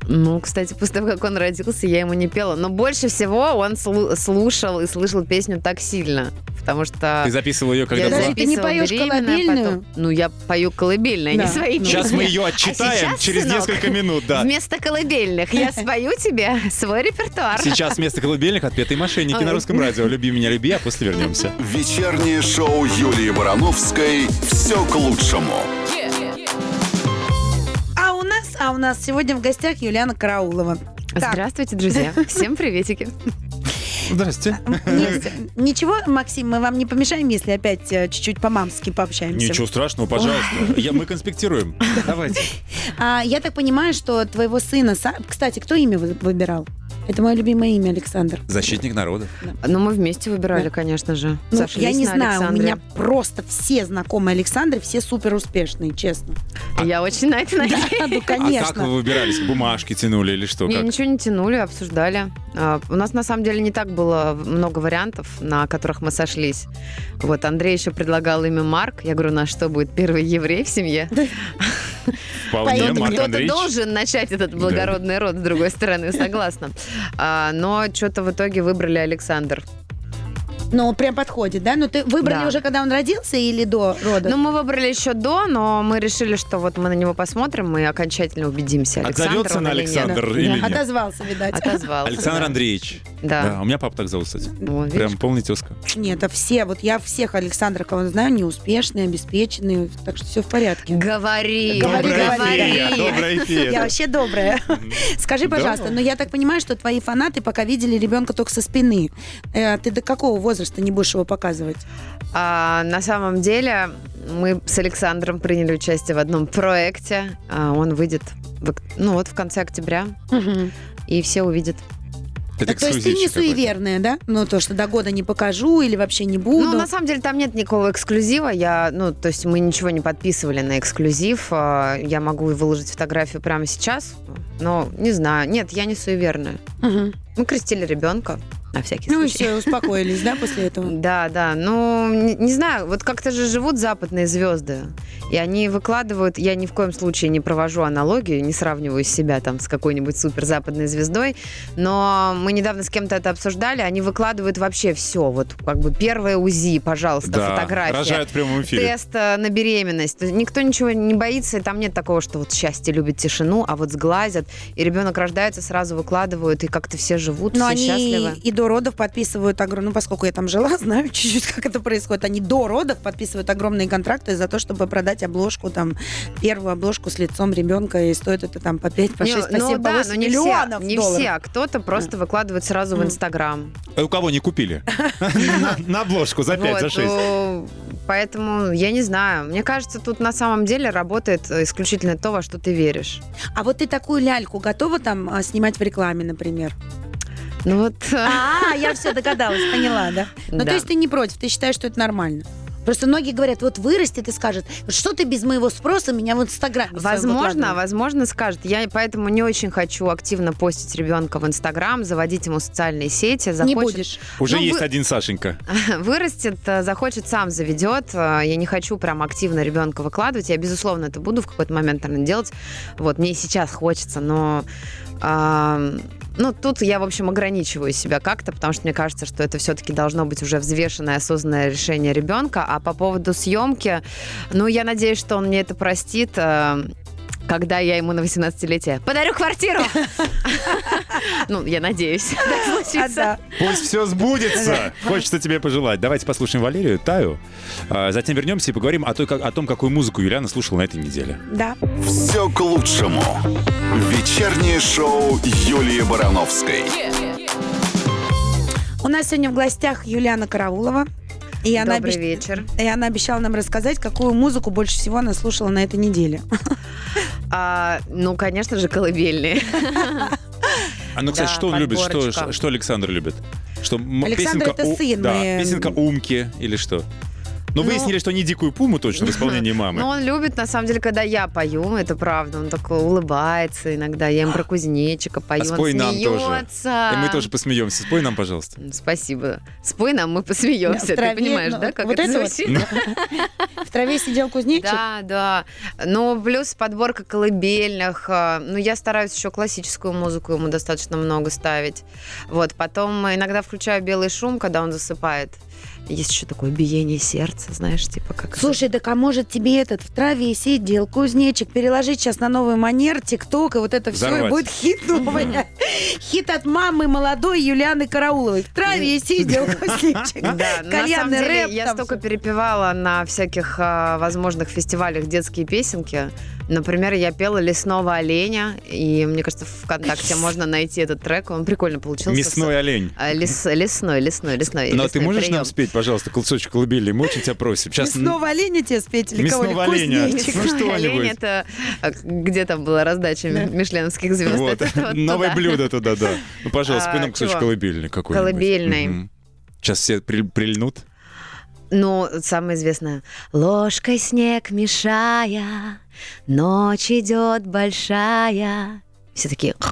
S7: Ну, кстати, после того, как он родился, я ему не пела. Но больше всего он слу- слушал и слышал песню так сильно. Потому что...
S2: Ты записывал ее, когда
S7: А. я
S1: Подожди,
S2: была...
S1: за- ты не
S7: записывала
S1: поешь
S7: беременная,
S1: колыбельную?
S7: потом- Ну, я пою колыбельные,
S1: Да.
S7: не свои
S1: Ну,
S2: Сейчас мы
S7: песни.
S2: ее
S7: А
S2: отчитаем
S7: сейчас,
S2: через
S7: сынок,
S2: несколько минут, да.
S7: Вместо колыбельных я спою тебе свой репертуар.
S2: Сейчас вместо колыбельных отпетые мошенники на
S7: Ой.
S2: русском радио. Люби меня, люби, а после вернемся.
S4: Вечернее шоу Юлии Барановской «Все к лучшему».
S1: А у нас, а у нас сегодня в гостях Юлиана Караулова. Так,
S7: Здравствуйте, друзья. Всем приветики.
S2: Здрасте.
S1: не- ничего, Максим, мы вам не помешаем, если опять э, чуть-чуть по-мамски пообщаемся.
S2: Ничего страшного, пожалуйста. Я, мы конспектируем. Давайте.
S1: А, я так понимаю, что твоего сына... Са- Кстати, кто имя вы- выбирал? Это мое любимое имя, Александр.
S2: Защитник народа.
S7: Ну, мы вместе выбирали,
S1: Да.
S7: конечно же.
S1: Ну,
S7: Сошлись
S1: я не
S7: на
S1: знаю,
S7: Александре.
S1: у меня просто все знакомые Александры, все супер успешные, честно.
S7: Я очень на это надеюсь.
S1: Ну,
S2: А как вы
S1: конечно.
S2: выбирались? Бумажки тянули или что?
S7: Не,
S2: Ну, Как?
S7: ничего не тянули, обсуждали. А, У нас на самом деле не так было много вариантов, на которых мы сошлись. Вот Андрей еще предлагал имя Марк. Я говорю, на что будет первый еврей в семье?
S2: Вполне,
S7: Кто-то,
S2: Марк
S7: кто-то
S2: Андреевич.
S7: должен начать этот благородный род, с другой стороны, согласна. А, но что-то в итоге выбрали Александр.
S1: Ну, прям подходит, да? Ну, ты выбрали
S7: Да.
S1: уже, когда он родился или до рода?
S7: Ну, мы выбрали еще до, но мы решили, что вот мы на него посмотрим и окончательно убедимся, Александр
S2: Отзовется
S7: он
S2: А на
S7: или нет.
S2: Александр или нет?
S1: Отозвался, видать.
S7: Отозвался.
S2: Александр
S7: да.
S2: Андреевич.
S7: Да.
S2: Да, у меня папа так зовут, кстати.
S7: Ну, видишь,
S2: Прям полный тезка.
S1: Нет, это все, вот я всех Александра, кого знаю, неуспешные, обеспеченные, так что все в порядке.
S7: Говори,
S1: Говори,
S2: Добрая
S1: говори.
S2: фея, добрая
S1: Я
S2: фея.
S1: вообще добрая. Скажи, пожалуйста, но я так понимаю, что твои фанаты пока видели ребенка только со спины. Э, Ты до какого возраста не будешь его показывать?
S7: А, на самом деле мы с Александром приняли участие в одном проекте. А, он выйдет в ок- ну, вот в конце октября, и все увидят.
S2: Это
S1: А То есть ты не
S2: эксклюзивчик какой-то.
S1: суеверная, да? Ну, то, что до года не покажу или вообще не буду.
S7: Ну, на самом деле, там нет никакого эксклюзива. Я, ну, то есть мы ничего не подписывали на эксклюзив. А, Я могу выложить фотографию прямо сейчас, но не знаю. Нет, я не суеверная.
S1: Мгм.
S7: Мы крестили ребенка, на всякий
S1: Ну и
S7: случай.
S1: все, успокоились, да, после этого?
S7: Да, да. Ну, не, не знаю, вот как-то же живут западные звезды. И они выкладывают, я ни в коем случае не провожу аналогию, не сравниваю себя там с какой-нибудь суперзападной звездой, но мы недавно с кем-то это обсуждали, они выкладывают вообще все, вот как бы первое УЗИ, пожалуйста,
S2: Да,
S7: фотография.
S2: рожают в прямом эфире.
S7: Тест э, на беременность. То есть Никто ничего не боится, и там нет такого, что вот счастье любит тишину, а вот сглазят, и ребенок рождается, сразу выкладывают, и как-то все живут,
S1: Но
S7: все
S1: они
S7: счастливы.
S1: и до родов подписывают огромные... Ну, поскольку я там жила, знаю чуть-чуть, как это происходит. Они до родов подписывают огромные контракты за то, чтобы продать обложку, там, первую обложку с лицом ребенка, и стоит это там по 5, по
S7: Не,
S1: 6, по 7,
S7: ну
S1: по
S7: да,
S1: 8
S7: но не
S1: миллионов
S7: все, не
S1: долларов.
S7: все, а кто-то просто выкладывает сразу в
S1: Мгм.
S7: Инстаграм.
S2: Э, У кого не купили? На- На обложку за 5,
S7: Вот,
S2: за 6.
S7: э, Поэтому я не знаю. Мне кажется, тут на самом деле работает э, исключительно то, во что ты веришь.
S1: А вот ты такую ляльку готова там а, снимать в рекламе, например?
S7: Ну вот. э,
S1: А, я все догадалась, поняла, да? Ну,
S7: да.
S1: то есть ты не против, ты считаешь, что это нормально? Просто многие говорят, вот вырастет и скажет, что ты без моего спроса меня в Инстаграме своем
S7: Возможно,
S1: выкладывала?»
S7: возможно, скажет. Я и поэтому не очень хочу активно постить ребенка в Инстаграм, заводить ему социальные сети.
S1: Не
S7: Захочет,
S1: будешь.
S2: Уже
S7: Ну,
S2: есть
S7: вы-
S2: один Сашенька.
S7: Вырастет, э, захочет, сам заведет. Э, Я не хочу прям активно ребенка выкладывать. Я, безусловно, это буду в какой-то момент, наверное, делать. Вот, мне и сейчас хочется, но... а, ну, тут я, в общем, ограничиваю себя как-то, потому что мне кажется, что это все-таки должно быть уже взвешенное, осознанное решение ребенка. А по поводу съемки, ну, я надеюсь, что он мне это простит, э, когда я ему на 18-летие подарю квартиру. Ну, я надеюсь, так
S1: А,
S7: случится.
S1: да.
S2: Пусть все сбудется. Хочется тебе пожелать. Давайте послушаем Валерию, Таю. А, Затем вернемся и поговорим о, той, как- о том, какую музыку Юлиана слушала на этой неделе.
S1: Да.
S4: «Все к лучшему». Вечернее шоу Юлии Барановской.
S1: У нас сегодня в гостях Юлиана Караулова. И она,
S7: Добрый
S1: обещ-
S7: вечер.
S1: и она обещала нам рассказать, какую музыку больше всего она слушала на этой неделе.
S7: А, ну, конечно же, колыбельные.
S2: А ну, кстати,
S7: Да,
S2: что он любит? Что,
S7: подборочка.
S2: что Александр любит? Что м-
S1: Александр
S2: песенка
S1: это
S2: у-
S1: сын,
S2: да,
S1: э,
S2: песенка Умки или что? Но
S7: Ну-
S2: выяснили, что не дикую пуму точно в исполнении
S7: Но
S2: мамы.
S7: он любит, на самом деле, когда я пою, это правда. Он такой улыбается иногда. Я им про кузнечика пою,
S2: А
S7: он
S2: спой нам тоже.
S7: смеется.
S2: И мы тоже посмеемся. Спой нам, пожалуйста.
S7: Спасибо. Спой нам, мы посмеемся.
S1: В траве,
S7: Ты понимаешь,
S1: ну,
S7: да, как
S1: вот
S7: это
S1: это вот.
S7: звучит?
S1: В траве сидел кузнечик.
S7: Да, да. Ну, плюс подборка колыбельных. э, Ну, я стараюсь еще классическую музыку ему достаточно много ставить. Вот, потом иногда включаю белый шум, когда он засыпает. Есть еще такое биение сердца, знаешь, типа как... это-
S1: Слушай, так а может тебе этот в траве сидел кузнечик переложить сейчас на новый манер, тикток и вот это все, и
S2: Взорвать.
S1: будет хит новый. Хит от мамы молодой Юлианы Карауловой. В траве сидел кузнечик.
S7: Да, на самом
S1: Кальянный
S7: деле
S1: рэп
S7: я
S1: там
S7: столько
S1: всё.
S7: перепевала на всяких а, возможных фестивалях детские песенки. Например, я пела «Лесного оленя», и мне кажется, ВКонтакте можно найти этот трек. Он прикольно получился.
S2: Мясной олень.
S7: А, лес- лесной, лесной, лесной.
S2: Но
S7: лесной
S2: ты можешь
S7: прием.
S2: нам спеть, пожалуйста, кусочек колыбели? Мы очень тебя просим. Сейчас м,
S1: Мясного оленя тебе спеть или
S2: Мясного
S1: кого-нибудь?
S2: оленя.
S1: Кузнечик.
S2: Ну, что-нибудь.
S7: олень это а, где там была раздача мишленовских звезд.
S2: вот,
S7: Это вот
S2: новое
S7: туда.
S2: блюдо туда, да. Ну, пожалуйста, спой
S7: А,
S2: нам кусочек
S7: чего?
S2: колыбельный какой-нибудь.
S7: Колыбельный.
S2: Мгм. Сейчас все при- прильнут.
S7: Ну, самое известное. Ложкой снег мешая, ночь идет большая. Все такие...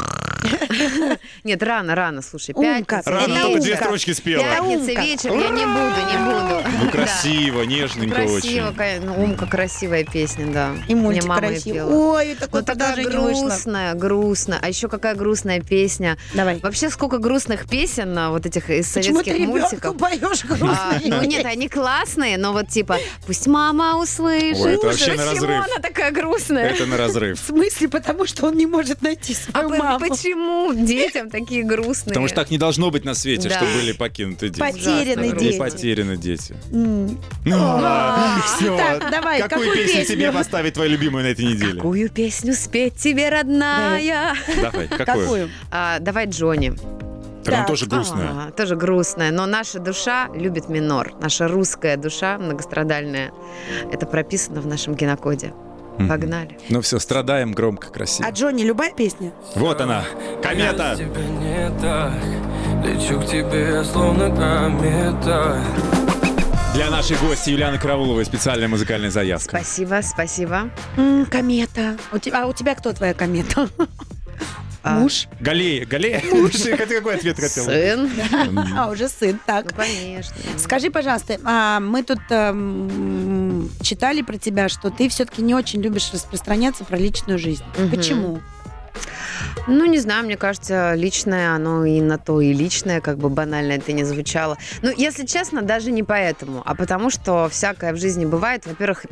S7: Нет, рано, рано, слушай.
S1: Умка.
S7: пятница,
S1: Рано,
S2: Рано
S1: Это
S2: ты две
S1: Умка.
S7: вечер.
S2: строчки спела.
S7: Пятница,
S1: Умка.
S7: вечер, я не буду, не буду.
S2: Ну,
S7: Да.
S2: красиво, нежненько очень.
S7: Красиво, конечно. Ну, Умка красивая песня, да.
S1: И мультик
S7: Мне мама её
S1: красивый.
S7: пела.
S1: Ой,
S7: Ну,
S1: такой
S7: такая
S1: даже не вышло.
S7: грустная, грустная. А еще какая грустная песня.
S1: Давай.
S7: Вообще, сколько грустных песен а, вот этих из
S1: Почему ты
S7: советских
S1: ребенку
S7: мультиков.
S1: поешь
S7: А,
S1: грустные?
S7: ну нет, они классные, но вот типа пусть мама услышит.
S2: Ой, это вообще
S7: Почему
S2: на разрыв. Э,
S7: она такая грустная?
S2: Это на
S1: а В
S2: разрыв.
S1: смысле? Потому что он не может найти
S7: А
S1: свою
S7: по-
S1: маму.
S7: почему детям такие грустные?
S2: Потому что так не должно быть на свете,
S7: Да.
S2: что были покинуты дети.
S1: Потеряны
S7: Ужасно
S2: И
S1: дети.
S2: потеряны дети. Ну,
S1: М.
S2: Все.
S1: Так, давай,
S2: Какую
S1: какую
S2: песню
S1: песню?
S2: тебе поставить твою любимую на этой неделе?
S7: Какую песню спеть тебе, родная?
S2: Давай, какую?
S7: А, давай Джонни.
S2: Там
S1: Так.
S2: тоже грустная.
S7: А, тоже грустная. Но наша душа любит минор. Наша русская душа многострадальная. Это прописано в нашем генокоде.
S2: Мгм.
S7: Погнали.
S2: Ну все, страдаем громко,
S1: А
S2: красиво.
S1: Джонни, любая песня?
S2: Вот она, комета.
S8: Тебя не так Лечу к тебе, словно комета
S2: Для нашей гости Юлианы Карауловой специальная музыкальная заявка.
S7: Спасибо, спасибо.
S1: М, комета. У те- А у тебя кто твоя комета?
S7: А,
S1: Муж?
S2: Галея, Галея.
S7: Ну,
S2: Лучше, ты какой ответ хотел?
S7: Сын.
S1: А, уже сын,
S7: Ну,
S1: так.
S7: конечно.
S1: Скажи, пожалуйста, а, мы тут эм, читали про тебя, что ты все-таки не очень любишь распространяться про личную жизнь.
S7: Мгм.
S1: Почему?
S7: Ну, не знаю, мне кажется, личное, оно и на то, и личное, как бы банально это не звучало. Ну, если честно, даже не поэтому, а потому что всякое в жизни бывает. Во-первых,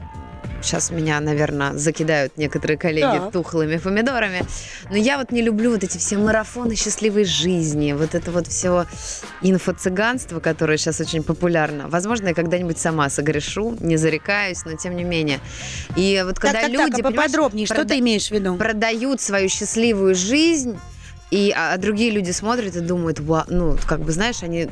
S7: сейчас меня, наверное, закидают некоторые коллеги
S1: Да.
S7: тухлыми помидорами, но я вот не люблю вот эти все марафоны счастливой жизни, вот это вот все инфо-цыганство, которое сейчас очень популярно. Возможно, я когда-нибудь сама согрешу, не зарекаюсь, но тем не менее. И вот когда
S1: так, так,
S7: люди...
S1: так, а
S7: понимаешь,
S1: поподробнее, что
S7: прода-
S1: ты имеешь в виду?
S7: продают свою счастливую жизнь, и а, а другие люди смотрят и думают, «Ва- ну, как бы, знаешь, они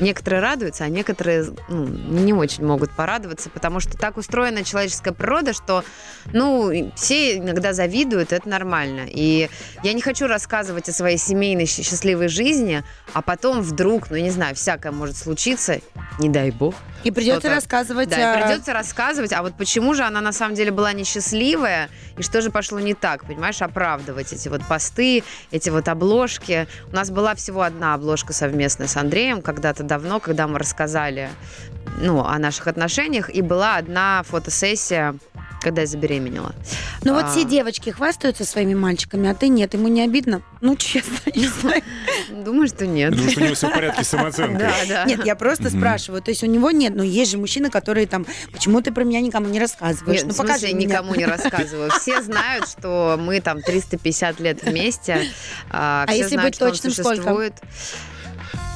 S7: некоторые радуются, а некоторые ну, не очень могут порадоваться, потому что так устроена человеческая природа, что, ну, и все иногда завидуют, это нормально. И я не хочу рассказывать о своей семейной щ- счастливой жизни, а потом вдруг, ну, не знаю, всякое может случиться, не дай бог,
S1: И придется
S7: что-то.
S1: рассказывать.
S7: да, и
S1: а,
S7: придется рассказывать, а вот почему же она на самом деле была несчастливая, и что же пошло не так, понимаешь, оправдывать эти вот посты, эти вот обложки. У нас была всего одна обложка совместная с Андреем когда-то давно, когда мы рассказали ну, о наших отношениях, и была одна фотосессия, когда я забеременела.
S1: Ну вот
S7: А.
S1: все девочки хвастаются своими мальчиками, а ты нет, ему не обидно? Ну, честно, не знаю.
S7: Думаю, что нет.
S2: Потому что у него все в порядке с самооценкой.
S7: Да, да.
S1: Нет, я просто
S2: Мгм.
S1: спрашиваю. То есть у него нет, но есть же мужчины, которые там, почему ты про меня никому не рассказываешь?
S7: Нет,
S1: ну
S7: в смысле,
S1: покажи мне».
S7: никому не рассказываю. Все знают, что мы там 350 лет вместе. А,
S1: А
S7: все
S1: если
S7: знают,
S1: быть
S7: что он
S1: точным, сколько?
S7: существует.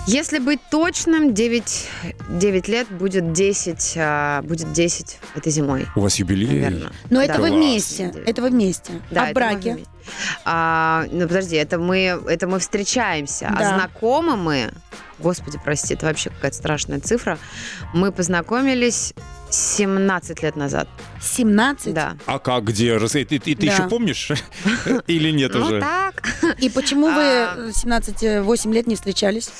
S7: Если быть точным, 9, 9 лет будет 10, а, будет 10 этой зимой,
S2: У вас юбилей?
S7: наверное.
S1: Но
S7: Да.
S1: это вы
S2: Класс.
S1: вместе. Это вы вместе.
S7: Да,
S1: а в
S7: это
S1: браке?
S7: можно иметь. А, ну, подожди, это мы, это мы встречаемся,
S1: Да.
S7: а знакомы мы... Господи, прости, это вообще какая-то страшная цифра. Мы познакомились 17 лет назад.
S1: 17?
S7: Да.
S2: А как, где? Расскажи, ты, ты- ты
S1: Да.
S2: еще помнишь? Или нет
S7: Ну
S2: уже?
S7: так.
S1: И почему вы
S7: А.
S1: э, 17-8 лет не встречались?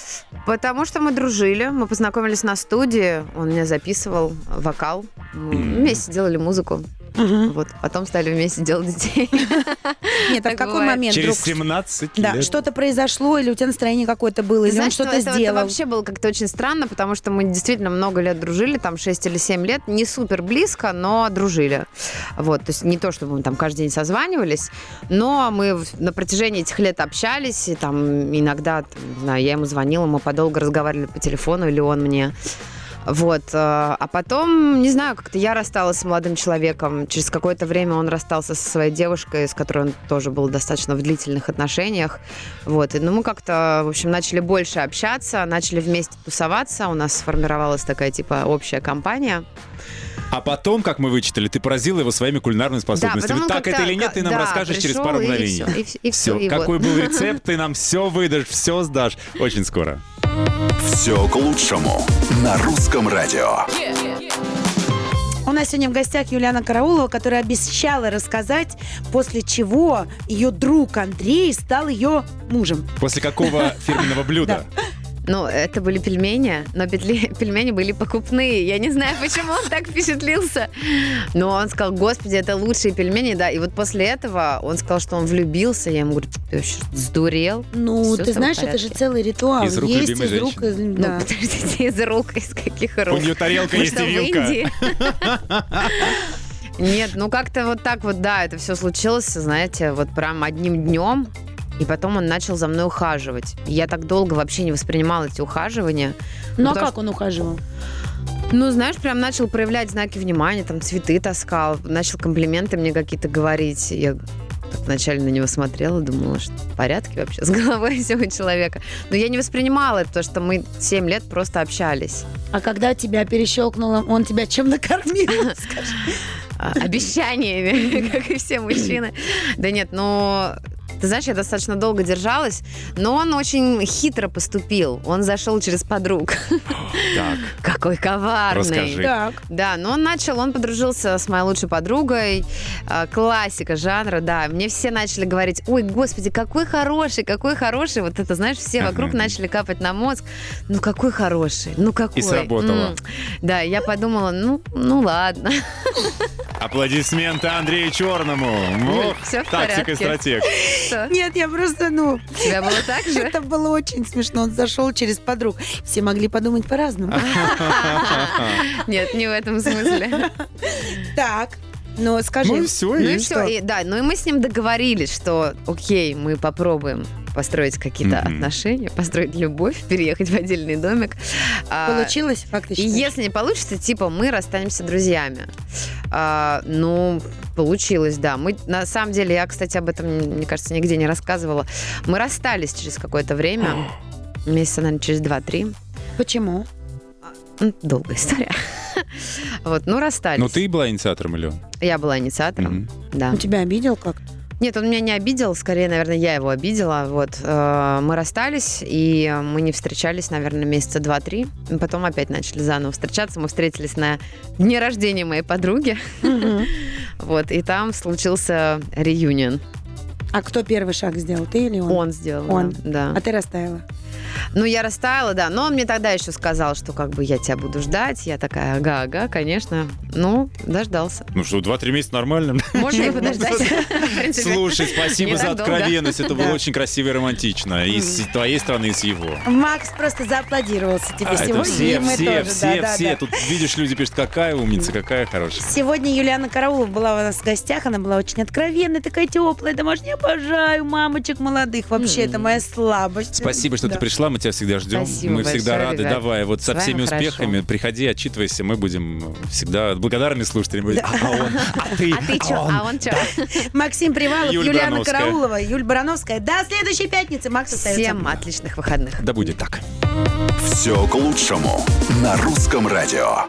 S7: Потому что мы дружили, мы познакомились на студии, он меня записывал вокал, мы вместе делали музыку, вот, потом стали вместе делать детей.
S1: Нет, а в
S7: Так
S1: какой
S7: бывает.
S1: момент
S2: Через
S1: вдруг-
S2: 17
S1: Да,
S2: лет?
S1: что-то произошло, или у тебя настроение какое-то было, или он
S7: Знаешь,
S1: что-то
S7: ну, это, это
S1: сделал.
S7: вообще было как-то очень странно, потому что мы действительно много лет дружили, там 6 или 7 лет, не супер близко, но дружили. Вот, то есть не то, чтобы мы там каждый день созванивались, но мы в- на протяжении этих лет общались, и там иногда, там, не знаю, я ему звонила, мы подолго разговаривали по телефону, или он мне. Вот, э, а потом, не знаю, как-то я рассталась с молодым человеком. Через какое-то время он расстался со своей девушкой, с которой он тоже был достаточно в длительных отношениях. Вот, и, ну мы как-то, в общем, начали больше общаться, начали вместе тусоваться. У нас сформировалась такая, типа, общая компания.
S2: А потом, как мы вычитали, ты поразил его своими кулинарными способностями.
S7: потом он
S2: так
S7: как-то-
S2: это или нет, ты нам
S7: да,
S2: расскажешь через
S7: пришел,
S2: пару
S7: и
S2: мгновений.
S7: всё, и всё, и
S2: Всё,
S7: всё, и вот.
S2: какой был рецепт, ты нам все выдашь, все сдашь. Очень скоро.
S4: Все к лучшему на русском радио.
S1: У нас сегодня в гостях Юлиана Караулова, которая обещала рассказать, после чего ее друг Андрей стал ее мужем.
S2: После какого фирменного блюда?
S7: Ну, это были пельмени, но петли- пельмени были покупные. Я не знаю, почему он так впечатлился. Но он сказал, господи, это лучшие пельмени, да. И вот после этого он сказал, что он влюбился. Я ему говорю, ты вообще сдурел?
S1: Ну,
S7: Всё с
S1: ты
S7: тобой
S1: знаешь,
S7: в
S1: это же
S7: порядке.
S1: целый ритуал.
S2: Из рук
S1: Есть
S2: любимой
S1: из рук,
S2: женщины.
S1: из-
S7: Ну,
S1: да.
S7: подождите, из рук, из каких рук?
S2: У нее тарелка
S7: Мы
S2: есть
S7: что,
S2: и
S7: в
S2: вилка.
S7: Индии? Нет, ну как-то вот так вот, да, это все случилось, знаете, вот прям одним днем. И потом он начал за мной ухаживать. Я так долго вообще не воспринимала эти ухаживания.
S1: Ну, а
S7: потому
S1: как он ухаживал?
S7: Ну, знаешь, прям начал проявлять знаки внимания, там цветы таскал, начал комплименты мне какие-то говорить. Я так вначале на него смотрела, думала, что в порядке вообще с головой всего человека. Но я не воспринимала это, то, что мы 7 лет просто общались.
S1: А когда тебя перещелкнуло, он тебя чем накормил?
S7: а, обещаниями, как и все мужчины. Да нет, но ты знаешь, я достаточно долго держалась, но он очень хитро поступил. Он зашел через подруг.
S2: Так.
S7: Какой коварный.
S2: Расскажи.
S1: Так.
S7: Да, но он начал, он подружился с моей лучшей подругой. А, Классика жанра, да. Мне все начали говорить, ой, господи, какой хороший, какой хороший. Вот это, знаешь, все вокруг
S2: Ага.
S7: начали капать на мозг. Ну, какой хороший, ну, какой.
S2: сработало.
S7: М. Да, я подумала, ну, ну ладно.
S2: Аплодисменты Андрею Черному.
S7: Юль,
S2: Ох,
S7: всё Ну, в
S2: Тактик и
S7: порядке.
S2: стратег.
S7: Что?
S1: Нет, я просто, ну,
S7: Тебя было так же?
S1: это было очень смешно. Он зашел через подруг. Все могли подумать по-разному.
S7: Нет, не в этом смысле.
S1: Так. Но скажи,
S2: Ну и все,
S7: Ну и
S2: и
S7: все, и, да, ну и мы с ним договорились, что окей, мы попробуем построить какие-то
S2: Мгм.
S7: отношения, построить любовь, переехать в отдельный домик. А,
S1: получилось, как ты
S7: И
S1: считаешь?
S7: если не получится, типа мы расстанемся друзьями. А, ну, получилось, да. Мы на самом деле, я, кстати, об этом, мне кажется, нигде не рассказывала. Мы расстались через какое-то время. Месяца, наверное, через 2-3.
S1: Почему?
S7: Ну, Долгая история. Вот, ну, расстались.
S2: Но ты была инициатором, или он?
S7: Я была инициатором,
S2: Мгм.
S7: да.
S1: Он тебя обидел как?
S7: Ну, типа, Нет, он меня не обидел, скорее, наверное, я его обидела. Вот э, мы расстались, и мы не встречались, наверное, месяца два-три. Потом опять начали заново встречаться. Мы встретились на дне рождения моей подруги. Вот, и там случился реюнион.
S1: А кто первый шаг сделал, ты или он?
S7: Он сделал.
S1: Он.
S7: Да.
S1: А ты растаяла.
S7: Ну, я растаяла, да. Но он мне тогда еще сказал, что как бы я тебя буду ждать. Я такая, ага, ага, конечно. Ну, дождался.
S2: Ну что, 2-3 месяца нормально.
S7: Можно и подождать. В принципе.
S2: Слушай, спасибо
S7: Не
S2: за
S7: так долго.
S2: откровенность. Это было
S7: Да.
S2: очень красиво и романтично. И с твоей стороны, и с его. А,
S1: Макс просто зааплодировался тебе сегодня.
S2: Это все,
S1: и мы
S2: все,
S1: тоже,
S2: все,
S1: да, да,
S2: все.
S1: да.
S2: Тут видишь, люди пишут, какая умница, какая хорошая.
S1: Сегодня Юлиана Караулова была у нас в гостях, она была очень откровенная, такая теплая, домашняя, обожаю мамочек молодых, вообще это моя слабость.
S2: Спасибо, что ты
S1: Да.
S2: пришла, мы тебя всегда ждем.
S7: Спасибо
S2: мы
S7: большое,
S2: всегда рады.
S7: ребят.
S2: Давай, вот со
S7: С вами
S2: всеми
S7: хорошо.
S2: успехами приходи, отчитывайся, мы будем всегда благодарными слушателями. А он, а ты,
S7: А ты чё?
S2: а он.
S7: А он чё?
S1: Максим Привалов,
S2: Юль
S1: Юлиана
S2: Барановская.
S1: Караулова, Юль Барановская. До следующей пятницы. Макс остается.
S7: Всем отличных выходных.
S2: Да будет так.
S4: Все к лучшему на русском радио.